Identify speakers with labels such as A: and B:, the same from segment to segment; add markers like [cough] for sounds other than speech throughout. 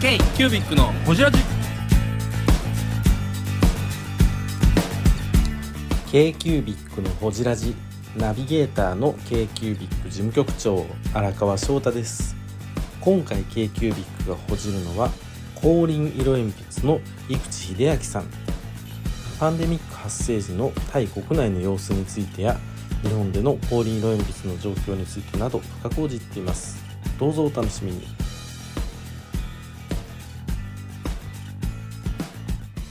A: K キュービックのホジラジ
B: k q u b i c のほじラジナビゲーターの k q u b i c 事務局長荒川翔太です今回 k q u b i c がほじるのは光輪色鉛筆の井口秀明さんパンデミック発生時のタイ国内の様子についてや日本での光輪色鉛筆の状況についてなど深くをじっていますどうぞお楽しみに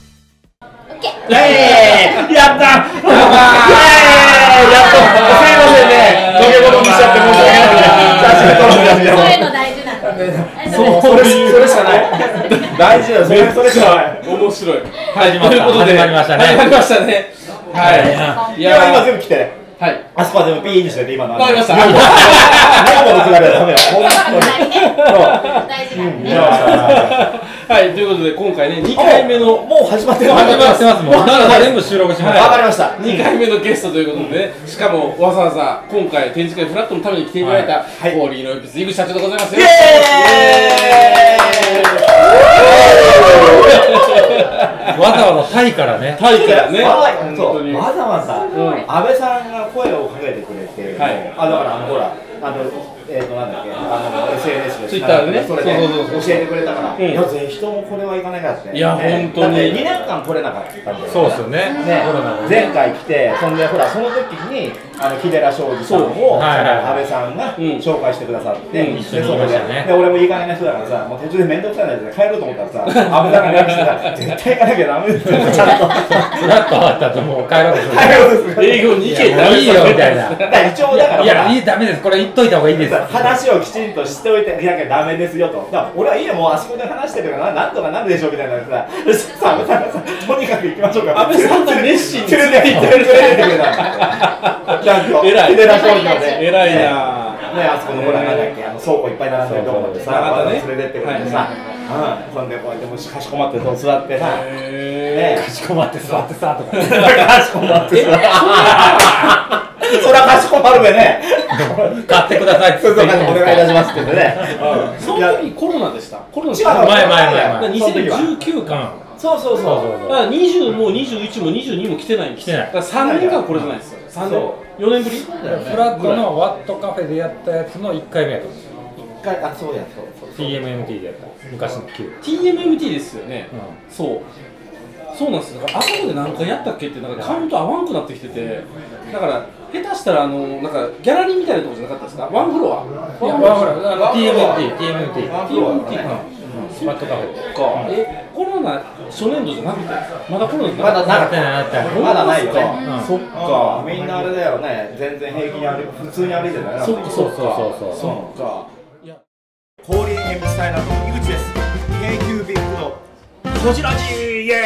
C: イエーイやったーイエーイやっとすいませんね飲み物にしちゃって申し訳ない
D: そういう
C: で
D: の大事なの。
C: すそれそれしかない大事だよそれそれしかない
A: 面白い
E: 始まった始まりましたね
A: 始まりましたね
C: はいいや
A: や
C: 今全部来て
A: はい
C: あそこは全部ピーにしてて今の
A: わかりました
C: 日本と比べたらダメだよ
D: そういうの大事ね。大事なのね。
A: はいということで今回ね2回目の
C: もう始まってる
E: 始まってますもん。だから全部収録しました。
C: わかりました
A: 2回
C: [laughs]
A: 目のゲストということでね、しかもわざわざ今回展示会フラットのために来ていただいた、
C: はい
A: ホーリーの鉛筆井口社長でございますよ
C: イエ
E: わざわざタイからね。
A: タイからね
C: わざ
A: 本当に
C: わざわざ
A: うん
C: 安倍さんが声をかけてくれて、
A: はい
C: あだからあのほらあのえっ、となんだっけあの SNS で
A: Twitter でね
C: それ
A: そうそうそうそう
C: 教えてくれたから、
A: ん
C: いやぜひ人もこれはいかないからって
A: いや本当に
C: だって2年間来れなかったんだよ
E: そうっすよね。
C: ね、前回来て、そんでほら、その時にあの秀良庄司さんを、
E: はいはいはい
C: 安倍さんが
A: うん
C: 紹介してくださって、
A: うん
C: で
E: 一緒に
C: そこ
E: 行きまし
C: で
E: たね
C: で俺もいい加減な人だからさ、もう途中で面倒くさいなって帰ろうと思ったらさ、安倍さんが連絡してさ、絶対行かなきゃダメですよ、ちゃんと。
E: フラッと終わったともう帰ろうとする。
C: 帰ろうとする
A: 営業2
E: い
A: 件
E: やもういいよみたいな。
C: だから一応だから
E: いや、いい、ダメです。これ言っといた方がいいです。
C: 話をきちんとしておいていなきゃダメですよとだから俺はいいよもうあそこで話してるからなんとかなるでしょうみたいなさそしたら安倍さんがさとにかく行きましょうか
A: 安倍さんが熱心に
C: 連れて行って連れてってくれたのちゃんと
A: 偉い
C: 秀良商事のね
A: 偉いな
C: ね、あそこのほら、なんだっけ、あの倉庫いっぱい並んでるとこまでさ、
A: そうそう
C: わざわざ連れてってくれてさ、うん、そんでこうやってもしかしこまってそう座ってさ、
A: へ
C: ね、
E: かしこまって座ってさ、とか。
C: そりゃかしこまってさ、そりゃかしこまるべね、
E: 買ってくださいって
C: そ
E: 言
C: う
E: って
C: そ
E: いいん
C: う、お
E: です
C: 願いいたしますって言ってね、
A: ーその時コロナでしたコロナでし
C: 違う
A: た
C: の
E: 前前前前
A: 2019か
C: そうそうそう
E: そうそう
A: だから20も21も22も来てないんで
E: 来
A: す
E: てない
A: だから3年間これじゃないですよ3年
C: そ
A: 4年ぶり
E: フラットのワットカフェでやったやつの1回目やと思う。
C: 一回あそうやそうそう
E: TMMT でやった。昔の旧。
A: TMMT ですよね、
E: う
A: そうそうなんですよだからあそこで何回やったっけってなんかカウント合わんくなってきててだから下手したらあのなんかギャラリーみたいなとこじゃなかったですかワンフロア
E: いや、
A: ワン
E: ほ
A: フロア
E: ら、あの TMMT、TMMT。
C: ワンフロア
E: TMMT か。ワットカフェで。
A: かえコロナ初年度じゃなくてまだコロナ
C: まだ
E: な
C: な
E: ってないなってない。
C: まだないよね、
E: うん
C: そっかみんなあれだよね全然平気に歩い普通に歩いてるんだよね
A: そっかそっか
E: そうそうそう
A: そっかいや
C: 氷に鉛筆隊の井口です k q b のこじらじイエ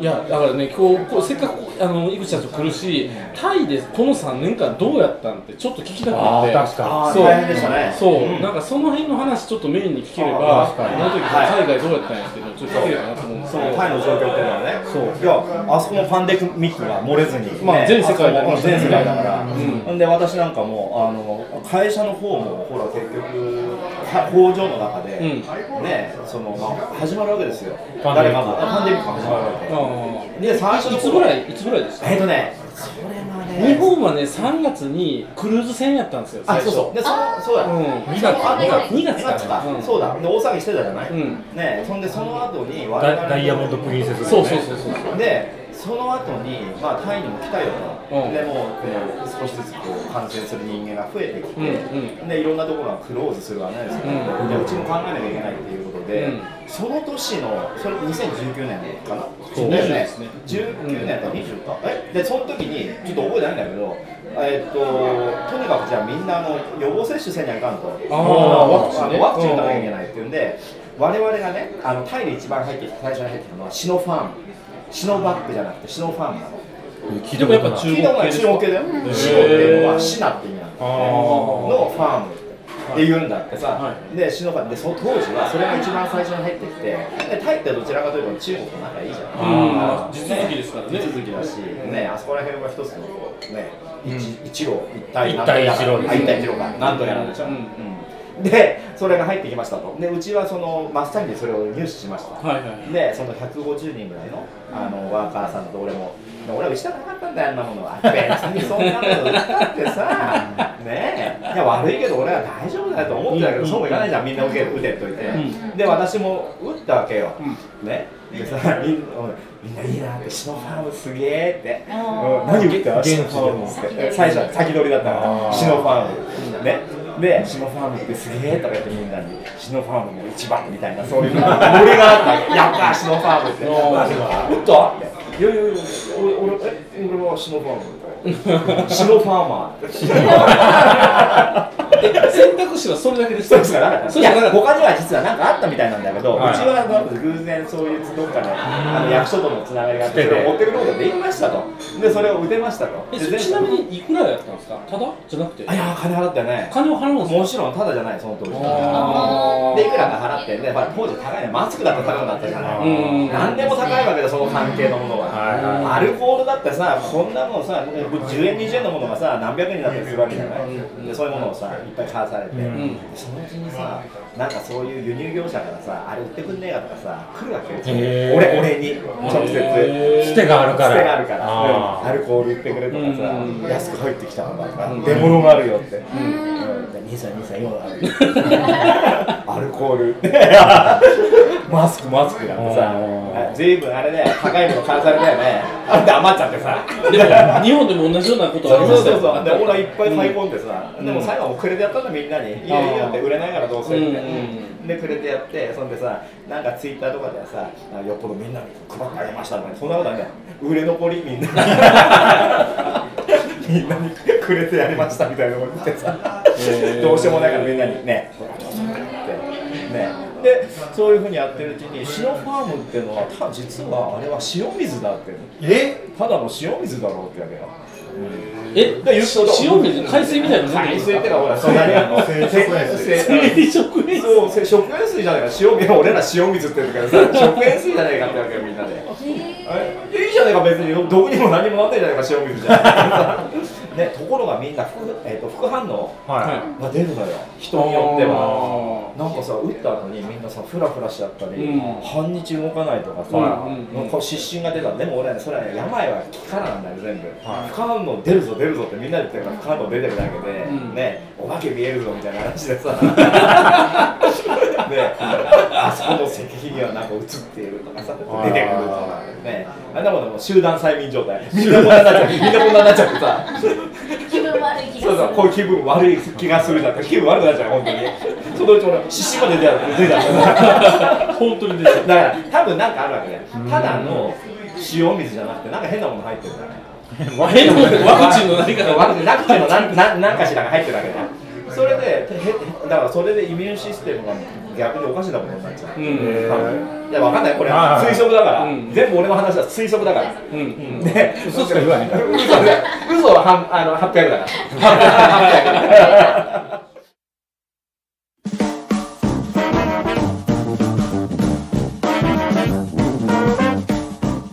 A: いやだからね今日こうせっかくこうあの井口社長来るしタイでこの3年間どうやったんってちょっと聞きたくな
E: あ
A: って
E: あ、確か
C: あー
A: そう
C: 大変でしたね
A: そう、なんかその辺の話ちょっとメインに聞ければ
C: あ
A: あ
E: 確かに
A: の時
C: はい
A: 海外どうやったんやっていうのをちょっと聞ければなと思うんです
C: そ
A: けど、
C: のタイの状況っていうのはね
A: そう
C: いやあそこのパンデミックが漏れずに、
A: まあ
C: ね
A: 全世界だね
C: あそこ全世界だから、
A: ん
C: ほんで私なんかもあの会社の方もほら結局は工場の中で、
A: う
C: ねその、まあ、始まるわけですよ
E: パンデミック
C: 誰かもパンデミックが始まるわけで
A: あ
C: で最初
A: あ
C: の
A: いつぐらいいつぐらいでした
C: えっとねそれが
A: 日本はね3月にクルーズ船やったんですよ最
C: あ
A: 初
C: そうそうでそのそうだ、
A: うん
E: 2月、2月。
A: 2
C: 2
A: 月
C: 月
A: か
C: から
A: うん
C: そうだで大騒ぎしてたじゃない、
A: うん
C: ねそんでその後に我々
E: ダダイヤモンドプリンセス号ね。
A: そうそうそうそう
C: でその後にまあタイにも来たよと、
A: うん
C: でもう、こう少しずつこう感染する人間が増えてきて、
A: うんう
C: でいろんなところがクローズするわけですよ、
A: う
C: うでうちも考えなきゃいけないっていうことで、
A: うん
C: その年のそれ2019年かな
A: そう
C: だよ
A: 20で
C: ね
A: すね
C: 19年か20か、えでその時にちょっと覚えてないんだけどえっととにかくじゃあみんなあの予防接種せにゃいかんと
A: あー
C: ワ
A: ワクチンね
C: あのワクチン打たなきゃいけないっていうんで、我々がね、あのタイで一番入ってきた、最初に入ってきたのはシノファーム、シノバックじゃなくてシノファームなの。
E: 聞い
A: で
E: た
A: も
E: こ
A: や
E: とな
A: っ
E: い
A: ぱ中
C: 聞い
A: 国
C: たことない、
A: 系
C: 中国系だよ。
A: ん
C: シノっていうのはシナって意味なんだよね。
A: あ
C: のファームって言うんだってさ、
A: は
C: でシノファームでその当時はそれが一番最初に入ってきて、でタイってどちらかというと中国と仲いいじゃん。
A: あうん
C: ね
A: 地続きですからね
C: 地続きだし、ねあそこら辺は一つのこうね一一路一体
E: 一帯一路
C: なんとやらあ一帯一路かなんとやらでしょ。
A: うん
C: うんでそれが入ってきましたとでうちはその真っ先にそれを入手しました、
A: はいはい
C: でその150人ぐらいのあのワーカーさんと俺もで俺はうちじゃなかったんだよあんなものは別にそんなことだってさねえいや悪いけど俺は大丈夫だよと思ってたけど、そうもいかないじゃんみんな受け打てといて、
A: うん
C: で私も打ったわけよ、
A: うん
C: ねでさみんなみんないいなって「シノファームすげえ」って「
D: あー
C: うん何打った?」シノファーム
D: 現地
C: っ
D: で
C: て最初は先取りだったから
B: あー
C: 「シノファーム」ねで「シノファームってすげえ」とか言ってみんなに「シノファームも一番」みたいなそういうのノリがあったわけやったーシノファーム」って「
A: あ
C: 打った?」って「いやいやいや俺俺え俺はシノファーム」って「シノファーマー」
A: 選択肢はそれだけでした
C: そうですかなかった
A: そう
C: い
A: です
C: や
A: かなかっ
C: 他には実は何かあったみたいなんだけど、
B: はいう
C: ちはなんか偶然そういうどっかねあの役所とのつながりがあって
B: つけて
C: それを持ってくることができましたとでそれを打てましたと
A: たえ
C: で
A: それちなみにいくらやったんですかただじゃなくて
C: あいや金払ったよね
A: 金を払うんですか
C: もちろんただじゃないその当時
A: あー
C: でいくらか払ってね、まあ、当時高いねマスクだって高くなったじゃない
A: うん
C: 何でも高いわけだその関係のものは、
B: はいはい
C: アルコールだってさこんなもんさ10円20円のものがさ何百円になったりするわけじゃない、
A: うん
C: でそういうものをさいっぱい買わされて、
B: うん
C: そのうちにさなんかそういう輸入業者からさあれ売ってくんねえかとかさ来るわけよ
B: へー
C: 俺俺に直接
B: へ
C: 捨
B: ー捨てがあるから
C: 捨てがあるから
B: あー
C: うんアルコール売ってくれとかさ、
A: うん
C: 安く入ってきたのだから、
A: うん
C: 出物があるよって、
D: うん
C: 兄さん兄さん用あるアルコールマスクマスクなんてさ
B: うん
C: ずいぶんあれね高いもの買わされたよねあれって余っちゃってさ
A: でも日本でも同じようなこと
C: そ
A: あ
C: う
A: り
C: そ
A: ま
C: う
A: した
C: そ
A: よ
C: うそうで俺はいっぱい買い込んでさ、でも最後もくれてやったのみんなに「いいよいいよ」って売れないからどうせって、
A: うんうん
C: でくれてやってそんでさなんかツイッターとかではさなんかよっぽどみんなに配ってあげましたとかそんなことはね売れ残りみんなみんなにくれてやりましたみたいなこと言ってさ
A: へー
C: どうしようもないからみんなにねほらどうぞってねでそういうふうにやってるうちにシノファームっていうのはた実はあれは塩水だって
B: え
C: ただの塩水だろうってわけよ
A: え
C: で言うと
A: 塩水海水みたいなの
C: 海水って
A: か
C: かほらそんなにあの
B: 生食塩水
A: 生食塩水
C: そうせ食塩水じゃないか塩水俺ら塩水って言うからさ食塩水じゃないかってわけよみんなでえいいじゃないか別にどこにも何にもなんないじゃないか塩水じゃないねところがみんな副,、えー、と副反応
A: は
C: が出るのよ人によっては
A: は
C: なんかさ打った後にみんなさフラフラしちゃったり、
A: うん
C: 半日動かないとかさ、
A: うんうんうん
C: なんか失神が出たでも俺はねそれはね病は気からなんだよ全部、副反応出るぞ出るぞってみんなで言ってるから副反応出てるだけで、
A: うん
C: ねお化け見えるぞみたいな話でさ
A: [laughs]
C: ねあそこの石碑にはなんか映っているとかさ出てくるとかねあんなものもう集団催眠状態みんなこんなになっちゃうみんなこんなになっちゃってさ
D: 気分悪い気
C: そう
D: が
C: そう、こういう気分悪い気がするじゃん。気分悪くなっちゃう、本当に。そのうち俺、獅子まで出た出た。
A: 本当に出ちゃ
C: だから、多分なんかあるわけだよ。ただの塩水じゃなくて、なんか変なもの入ってるんだね。
A: う変なもんワクチンの何か
C: ワクワクチンのなんななんかしらが入ってるわけだよ。それで、へだからそれでイミューンシステムが逆におかしなことになっちゃう。
A: う
C: い
A: ん
C: や、わかんない、これ、
B: はいはい
C: 推測だから、
A: うん
C: 全部俺の話は推測だから。
A: うんうん
C: ね、
B: 嘘しか言わへんから
C: 嘘ね嘘ははんあの800だから。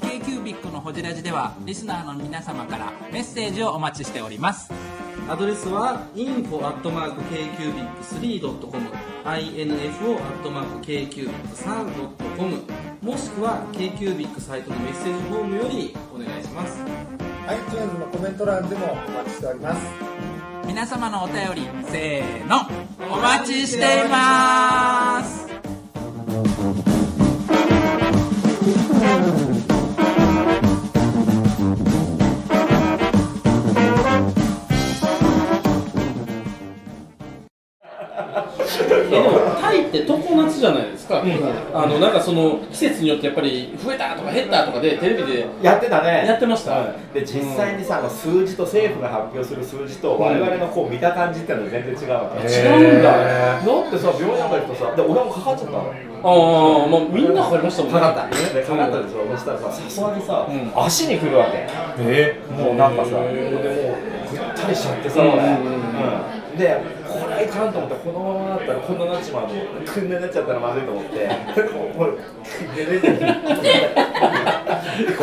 F: KQBIC のほじラジではリスナーの皆様からメッセージをお待ちしております
G: アドレスは info.kcubic3.com info.kcubic3.com もしくは KQBIC サイトのメッセージフォームよりお願いします
E: iTunes のコメント欄でもお待ちしております
F: 皆様のお便りせーのお待ちしています
A: えでもタイって常夏じゃないですか、あのなんかその季節によってやっぱり増えたとか減ったとかでテレビで
C: やってたね。
A: やってました
C: うんで実際にさ、あの数字と政府が発表する数字と我々のこう見た感じっていうのは全然違うわけ。
A: 違うんだ
C: だってさ病院なんか行くとさ、で俺もかかっちゃったの。
A: ああまあみんなかかりましたもん
C: かかった。でかかったでしょ。そしたらさ、さすがにさ、
A: う
C: 足にくるわけ。
B: え
C: もうなんかさ、
A: へ
C: こ
A: ー
C: れでもうぐったりしちゃってさ、
A: うん
C: 俺
A: うん
C: うんで、これいかんと思って、このままだったらこんななっちまうの、こんなになっちゃったらまずいと思って、これ、寝れてる
B: こ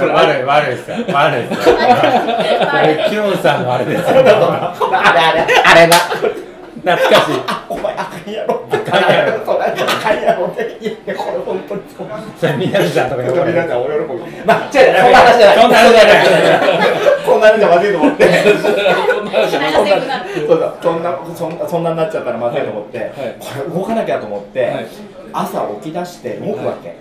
B: れ悪い悪いですよ悪いですよこれキムさんのあれですよ
C: あれあれ、あれな、
B: 懐かしい
C: お前、あかんやろ、そうなんですよカニラボ的にいやこれ本当にそう
E: それ南ちゃんとか呼ばれ
C: 皆
E: る
C: さん俺喜ぶまあ違う違うそんな話じゃない
E: そんな話じゃない
C: そんな話じゃまずいと思って
D: 流せなくなる。
C: [laughs] そうだそんなそんなそんなになっちゃったらまずいと思って、
A: い
C: これ動かなきゃと思って、
A: はい
C: 朝起き出して動くわけ、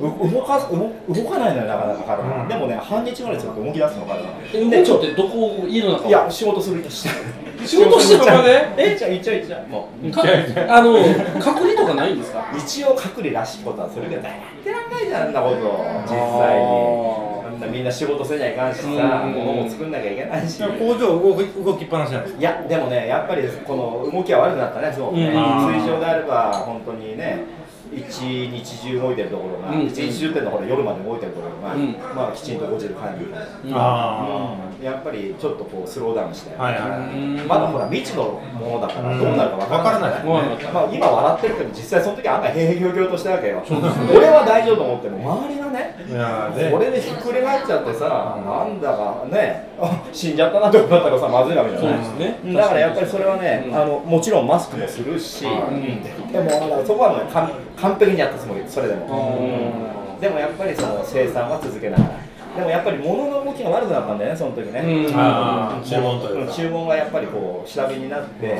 C: う動かす動動かないのよなかなか体が、でもね半日ぐらいすると動き出すの体が
A: え動
C: で
A: くのってどこ家の中を
C: いや仕事するとして
A: 仕事してるとこで
C: えじゃあ一応一応もう
A: かあの隔離とかないんですか
C: 一応隔離らしいことはするけどやってらんないじゃんあんなこと実際にあんなみんな仕事せにゃいかんしさ
A: うん
C: 物も作んなきゃいけないし
H: 工場動き動きっぱなしなんです
C: いやでもねやっぱりこの動きは悪くなったねすごくね、
A: うん
C: 通常であれば本当にね一日中動いてるところが、
A: うん
C: 一日中っていうのはほら夜まで動いてるところが、
A: うん
C: まあきちんと5時で帰るみたいな、
A: うん
H: あ
C: やっぱりちょっとこうスローダウンして、
H: あはいはいはい
A: うん
C: まだほら未知のものだからどうなるか分からない、
A: わからない
C: まあ、今笑ってるけど実際その時あんな平々行々としたわけよ俺は大丈夫と思っても周りがね
H: いやー
C: 俺でひっくり返っちゃってさ、なんだかね、あ [laughs] 死んじゃったなって思ったらさ、まずいわけじゃない
A: そうですね
C: だからやっぱりそれはね、
A: うん
C: あのもちろんマスクもするし、でもだからそこはね完完璧にやったつもり、それでも。でもやっぱりその生産は続けながら。でもやっぱり物の動きが悪くなったんだよね、その時ね。
A: うん
H: あー注文というか
C: 注文がやっぱりこう下火になって、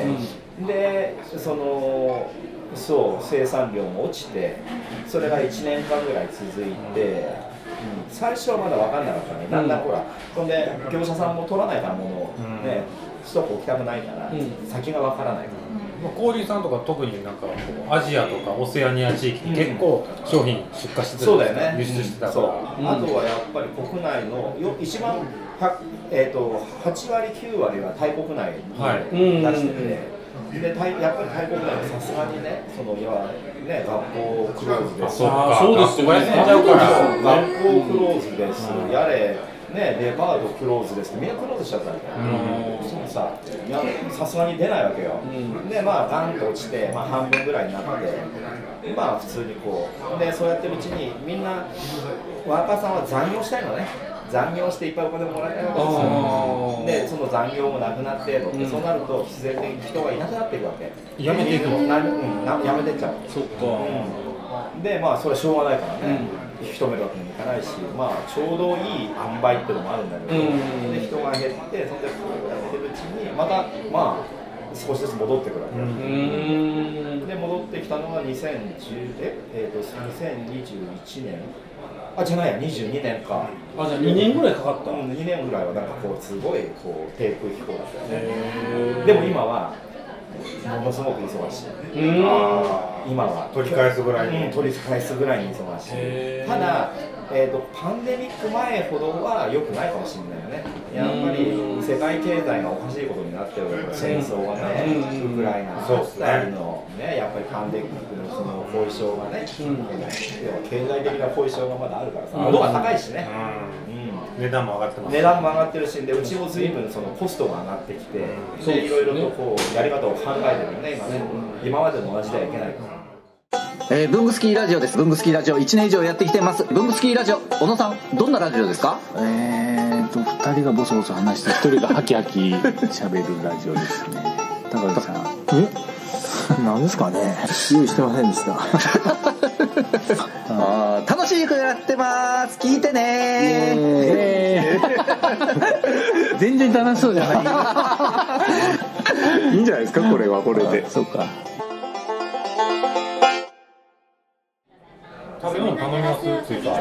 C: でそのそう生産量も落ちてそれが1年間ぐらい続いて、うん最初はまだ分かんなかったのにだんだんほら、そんで業者さんも取らないからものを、
H: うん
C: ねストック置きたくないから、
A: うん
C: 先が分からないから。
H: まあ、氷さんとか特になんかこうアジアとかオセアニア地域結構商品出荷してたじ
C: そう
H: ゃな
C: だ
H: いですか
C: よね。
H: 輸出してたか
C: そう
H: ら、
A: うん
C: あとはやっぱり国内のよ一番はえっ、と八割九割はタイ国内に
A: はい
C: 出してて。でタイやっぱりタイ国内はさすがにね、その要はね、学校クローズで
H: あ
C: す
H: そうか
A: あーそうですよね
H: 学校休んじゃうから
C: 学校クローズです、やれ、ね、デパートクローズですって、みんなクローズしちゃったんだよ、
H: う
C: そしたらさいや、さすがに出ないわけよ、
A: うん
C: で、まあ、ガンと落ちて、まあ、半分ぐらいになって、まあ、普通にこう、で、そうやってるうちに、みんな、ワーカーさんは残業したいのね、残業していっぱいお金もらえないわけですよ。でその残業もなくなってと、
A: うん
C: そうなると必然的に人がいなくなっていくわけ
H: 辞めていくの
C: なうんなやめてっちゃう
A: そっか
C: うんでまあそれはしょうがないからね、引き止めるわけにもいかないし、まあ、ちょうどいい塩梅っていうのもあるんだけど、
A: うん
C: で人が減ってそんでこうやってるうちにまたまあ少しずつ戻ってくるわけよ、
A: うーん
C: で戻ってきたのが2010え、えー、と2021年あじゃないや22年か、
A: あじゃあ2年ぐらいかかった
C: 2年ぐらいはなんかこうすごいこう低空飛行だったよねでも今はものすごく忙しい今は
H: 取り返すぐらいに
C: うん取り返すぐらいに忙し
A: へー
C: いただ、えー、とパンデミック前ほどは良くないかもしれないよねやっ
A: う
C: ぱり
A: ん
C: 世界経済がおかしいことになってる戦争がね、
A: うん
C: ウクライナ
H: そうっすね
C: あたりのねやっぱりパンデミックのその後遺症がね、
A: うん
C: 要は経済的な後遺症がまだあるからさ物が高いしね、うん
H: うん値段も上がってます
C: 値段も上がってるしでうちも随分そのコストが上がってきて
A: そうですね
C: でいろいろとこうやり方を考えてるよね今ね今までの同じではいけないから
I: えー、ブングスキーラジオです。ブングスキーラジオ1年以上やってきてます。ブングスキーラジオ、小野さん、どんなラジオですかえーと、2人がボソボソ話して、1人がハキハキ喋るラジオですね。高橋さん。えなんですかね用意してませんでした。 [laughs] あー楽しい曲やってます聞いてね [laughs] 全然楽しそうじゃないいいんじゃないですかこれはこれでそうか
H: 食べ物頼みますついた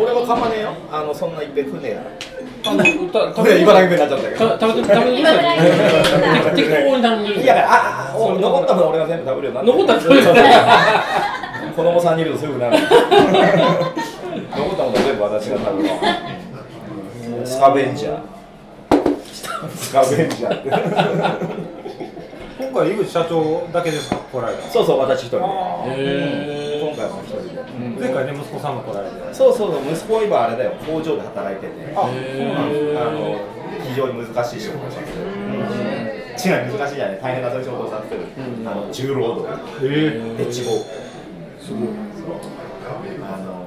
C: 俺はかまねえよあのそんないっぺん食んねえから
A: た
C: これ茨城弁になっちゃったけ
A: た食べ
C: ど
A: て食べて
D: 今ぐらいで
A: 適適当に頼んでる
C: いやああお残った分俺が全部食べるようにな
A: 残ったら
C: ら
A: 食べる
C: 子供さんにいるとすぐなる残ったもの全部私が食べるわスカベンジャースカベンジャーって
H: 今回井口社長だけですか来られた
C: そうそう私一人で
A: へ
C: 今回も一人で
H: の前回ね息子さんも来られて
C: そうそうそう、息子は今あれだよ、工場で働いてて、あ
A: へー
C: の非常に難しい仕事をさせてる、違う、難しいじゃない、大変な仕事をさせてる、あの重労働、
H: え
C: で地方、すごい、あの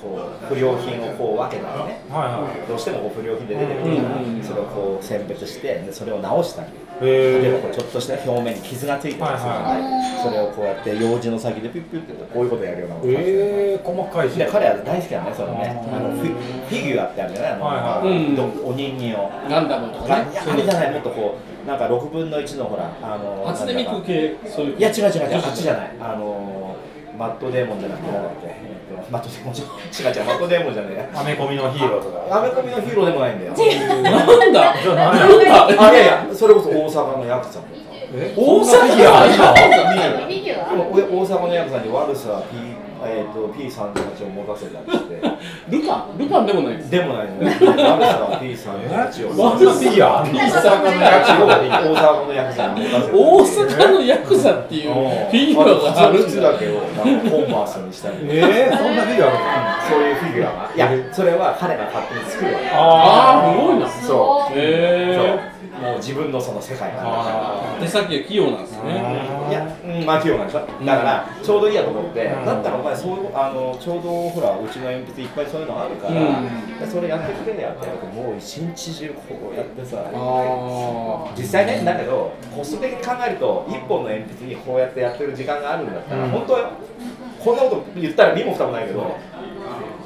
C: こ不良品をこう分けたりね
H: はい
C: どうしてもこう不良品で出てくるから、それをこう選別してでそれを直したり例えば
H: へ
C: これちょっとした表面に傷がついてるんですよ、
H: はい
C: それをこうやって用事の先でピュッピュッってこういうことやるようなことなんですよ
H: えー、細かいし
C: で彼は大好きなんだね、そのね、
H: うん
C: あのフィフィギュアってあるじゃない、あの
H: はい
A: はい
C: どお人形を、
A: ガンダムとか
C: ガ
A: ね
C: ンあれじゃない、もっとこう、なんか6分の1のほら、あの
A: 初音ミ
C: な
A: ク
C: んだか
A: 系そういう
C: いや、違う違う違う、あっちじゃない、あのマットデーモンじゃなくて、なんだっけ、えっとマットデーモンじゃない、違う違う、マットデーモンじゃない、
H: アメコミのヒーローとか
C: アメコミのヒーローでもないんだよ、
A: なんだ
H: じゃあ何や
A: なんだ
C: あいやいや、それこそ大阪のヤクザとか。
H: え
A: 大阪や
D: フィギュア
C: でも俺大阪のヤクザに悪さ P、えー、と P38 を持たせたりして、
A: ルパンルパンでもないです
C: でもないのよ、悪さ P38 を持た
H: 悪すぎや
A: 大阪の
C: 大
A: ヤクザ
C: 阪のヤクザに持たせた
A: 大阪のヤクザっていうフィギュアがあるん
C: 靴
A: だ
C: だけをなんかコンバースにしたりとか、
H: えー、そんなフィギュアあ
C: そういうフィギュアがいやそれは彼が勝手に作るわけ
H: るあ
A: ああすごいな
C: そ
A: へ
C: うもう自分のその世界があ
A: え手先が器用なんですね
C: るいや、うん、まあ器用なんでしょだからちょうどいいやと思って、だったらお前そういうあのちょうどほらうちの鉛筆いっぱいそういうのあるから、
A: うん
C: でそれやってくれやってやるともう一日中こうやってさ
A: あ
C: 実際ね、だけど、コスト的に考えると、1本の鉛筆にこうやってやってる時間があるんだったら、
H: うん
C: 本当は、こんなこと言ったら、身も蓋もないけど、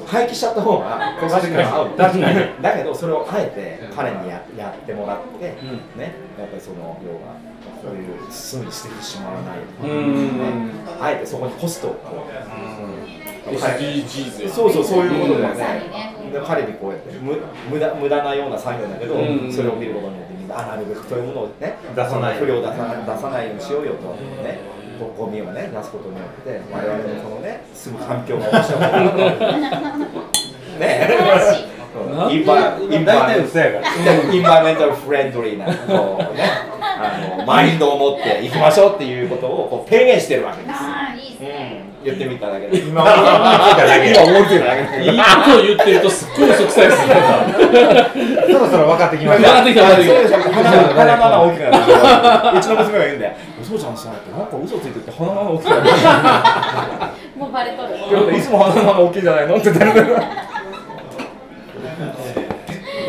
C: 廃棄しちゃった方がコスト的に合う
H: 確かに
C: だけど、それをあえて彼にややってもらって、ね、やっぱりその、要は、そういうすぐに捨ててしまわない、
A: ーうん
C: あえてそこにコストをこう、うん彼
A: SDGs や
C: そうそう、そういうことだよね
D: う。
C: で彼にこうやって無無駄無駄なような作業だけど、
A: うん
C: それを見ることによってみんなあなるべくそういうものをね
H: 出さない
C: 不良を出さない出さないようにしようよとねゴミをね出すことによって我々のこのね住む環境が面白くなるね
A: なん
C: インバインバ
H: 大体嘘やから
C: インバーメンタルフレンドリーなこうねあのマインドを持っていきましょうっていうことをこう提言してるわけです。
D: ああいいですね
C: うん、言ってみただけで
H: 今思いついただけ
C: 今思いついただけ
A: い
C: で
A: いことを言ってるとすっごい嘘くさいですね
H: そろそろ分かってきまし
A: 分か
H: た
A: ってきた分かってきた
C: 鼻が鼻が大きくなる。うちの娘が言うんだよ。お父ちゃんさ、なんか嘘ついてて鼻が大きくなる。
D: もうバレとる
C: いつも鼻が大きいじゃないのって言ってる。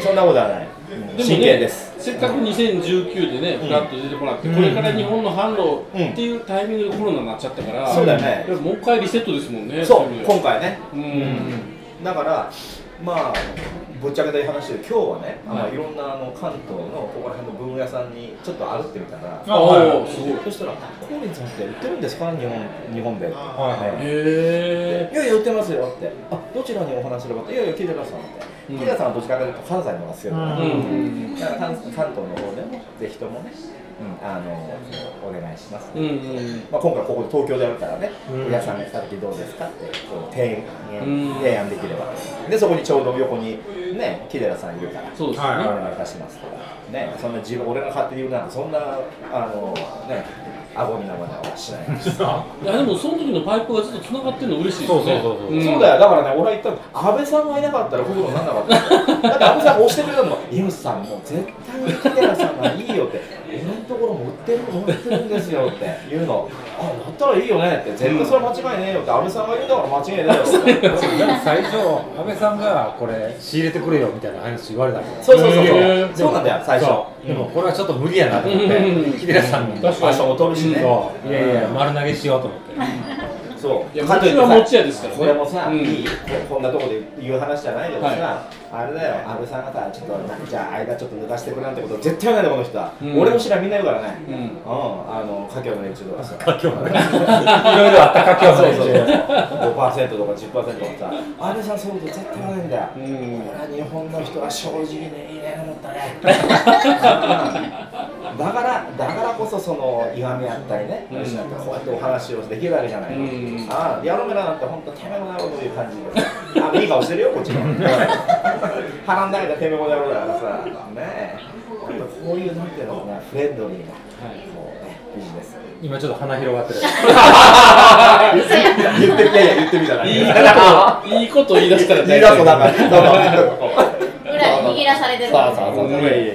C: そんなことはない。
A: でも
C: 真剣です。
A: ね、せっかく2019でね、ふらっと出てもらって、これから日本の販路っていうタイミングでコロナになっちゃったから、
C: そうだよね
A: もう一回リセットですもんね、
C: そう
A: い意、味では
C: 今回ね。
A: うん、
C: だから、まあ、ぶっちゃけた話で、今日はね、あ
A: は
C: の
A: い
C: いろんなあの関東のここら辺の文具屋さんにちょっと歩ってみたら、
A: あおーすごい、へ
C: そしたら、コーリンさんって売ってるんですか、日本日本で。
H: は
C: ね
H: い
A: え
C: いやいや、売ってますよって、あどちらにお話しすればって、いやいや、木寺さんって、
A: うん
C: 木寺さんはどちらかというと関西の方が好きだから、
A: ー、う、
H: うん
C: だから関関東の方でも、ぜひともね、うんあのお願いします、
A: うん、うん、
C: まあ、今回、ここで東京でやるからね、
H: うん
C: 皆さんが来た時どうですかって、こう提案
A: うん
C: 提案できれば、でそこにちょうど横に、ね、木寺さんいるから。
A: そうですね、
H: はい
C: お願いいたしますとか、ね、そんな自分、俺が勝手に言うなんて、そんな、あの、ね、顎に生ではしないです。
A: い、やでもその時のパイプがずっと繋がってるの嬉しいですね、
H: そうそうそうそう
C: そうだよ、だからね、俺は言ったの、安倍さんがいなかったら、こういうことにならなかったよ。だって安倍さんが押してくれたのも、井口さん、もう絶対に木寺さんがいいよって、俺のところも売ってる、売ってるんですよって言うの、あ、だったらいいよねって、絶対それ間違いねえよって、安倍さんが言うんだから間違いねえよって。
H: なんか最初安倍さんがこれ仕入れてくれよみたいな話言われたんです
C: そうそうそう
A: へ
C: そう、
A: え
C: そうなんだよ、最初。
H: そうでもこれはちょっと無理やなと思って秀田さんに
A: 確
C: 場
A: かに
C: 所も取るしね。
H: そういやいや丸投げしようと思って
C: そう。
A: いや
C: かといってさ
A: 持ちは持ちやですからね
C: これもさ、
A: うん
C: いいここんなとこで言う話じゃないけどさ、
A: は
C: あれだよ、安倍さんがさ、ちょっと、なんかじゃあ、間ちょっと抜かしてくれなんてこと、絶対ないで、この人は。
A: うん
C: 俺の知らみんな言うからね。
A: うん
C: うん、あの、家境の連中とかさ。
H: 今日はねいろいろあったか今日
C: そう
H: は
C: そうそう。5%
H: ね
C: とか10%とかさ、安倍さんそういうこと絶対言わないんだよ。
A: う
C: こ
A: ん
C: れは日本の人は正直でいいね、思っ
A: [laughs]
C: たね。うんだから、だからこそその、歪みあったりね、
A: うん
C: なんかこうやってお話をできるわけじゃない。
A: うん
C: ああ、やろめらなんて本当てめえこの野郎という感じで。あ、いい顔してるよ、
A: [laughs]
C: こっちも。腹ん中でてめえこの野郎だからさ、ねえ。やっぱこういうなんていうのかな、フレンドリーな、こうね、ビジネス。
H: 今ちょっと鼻広がってる
C: 言って、いやいや、言ってみたら。
A: いいこと、いいこと言い出したら
C: 言
A: 大
C: い出
A: 丈
C: す
A: 夫
C: となん [laughs] か、なんか。
D: 裏に握らされてる
C: さあさあさあ、いやいやいや。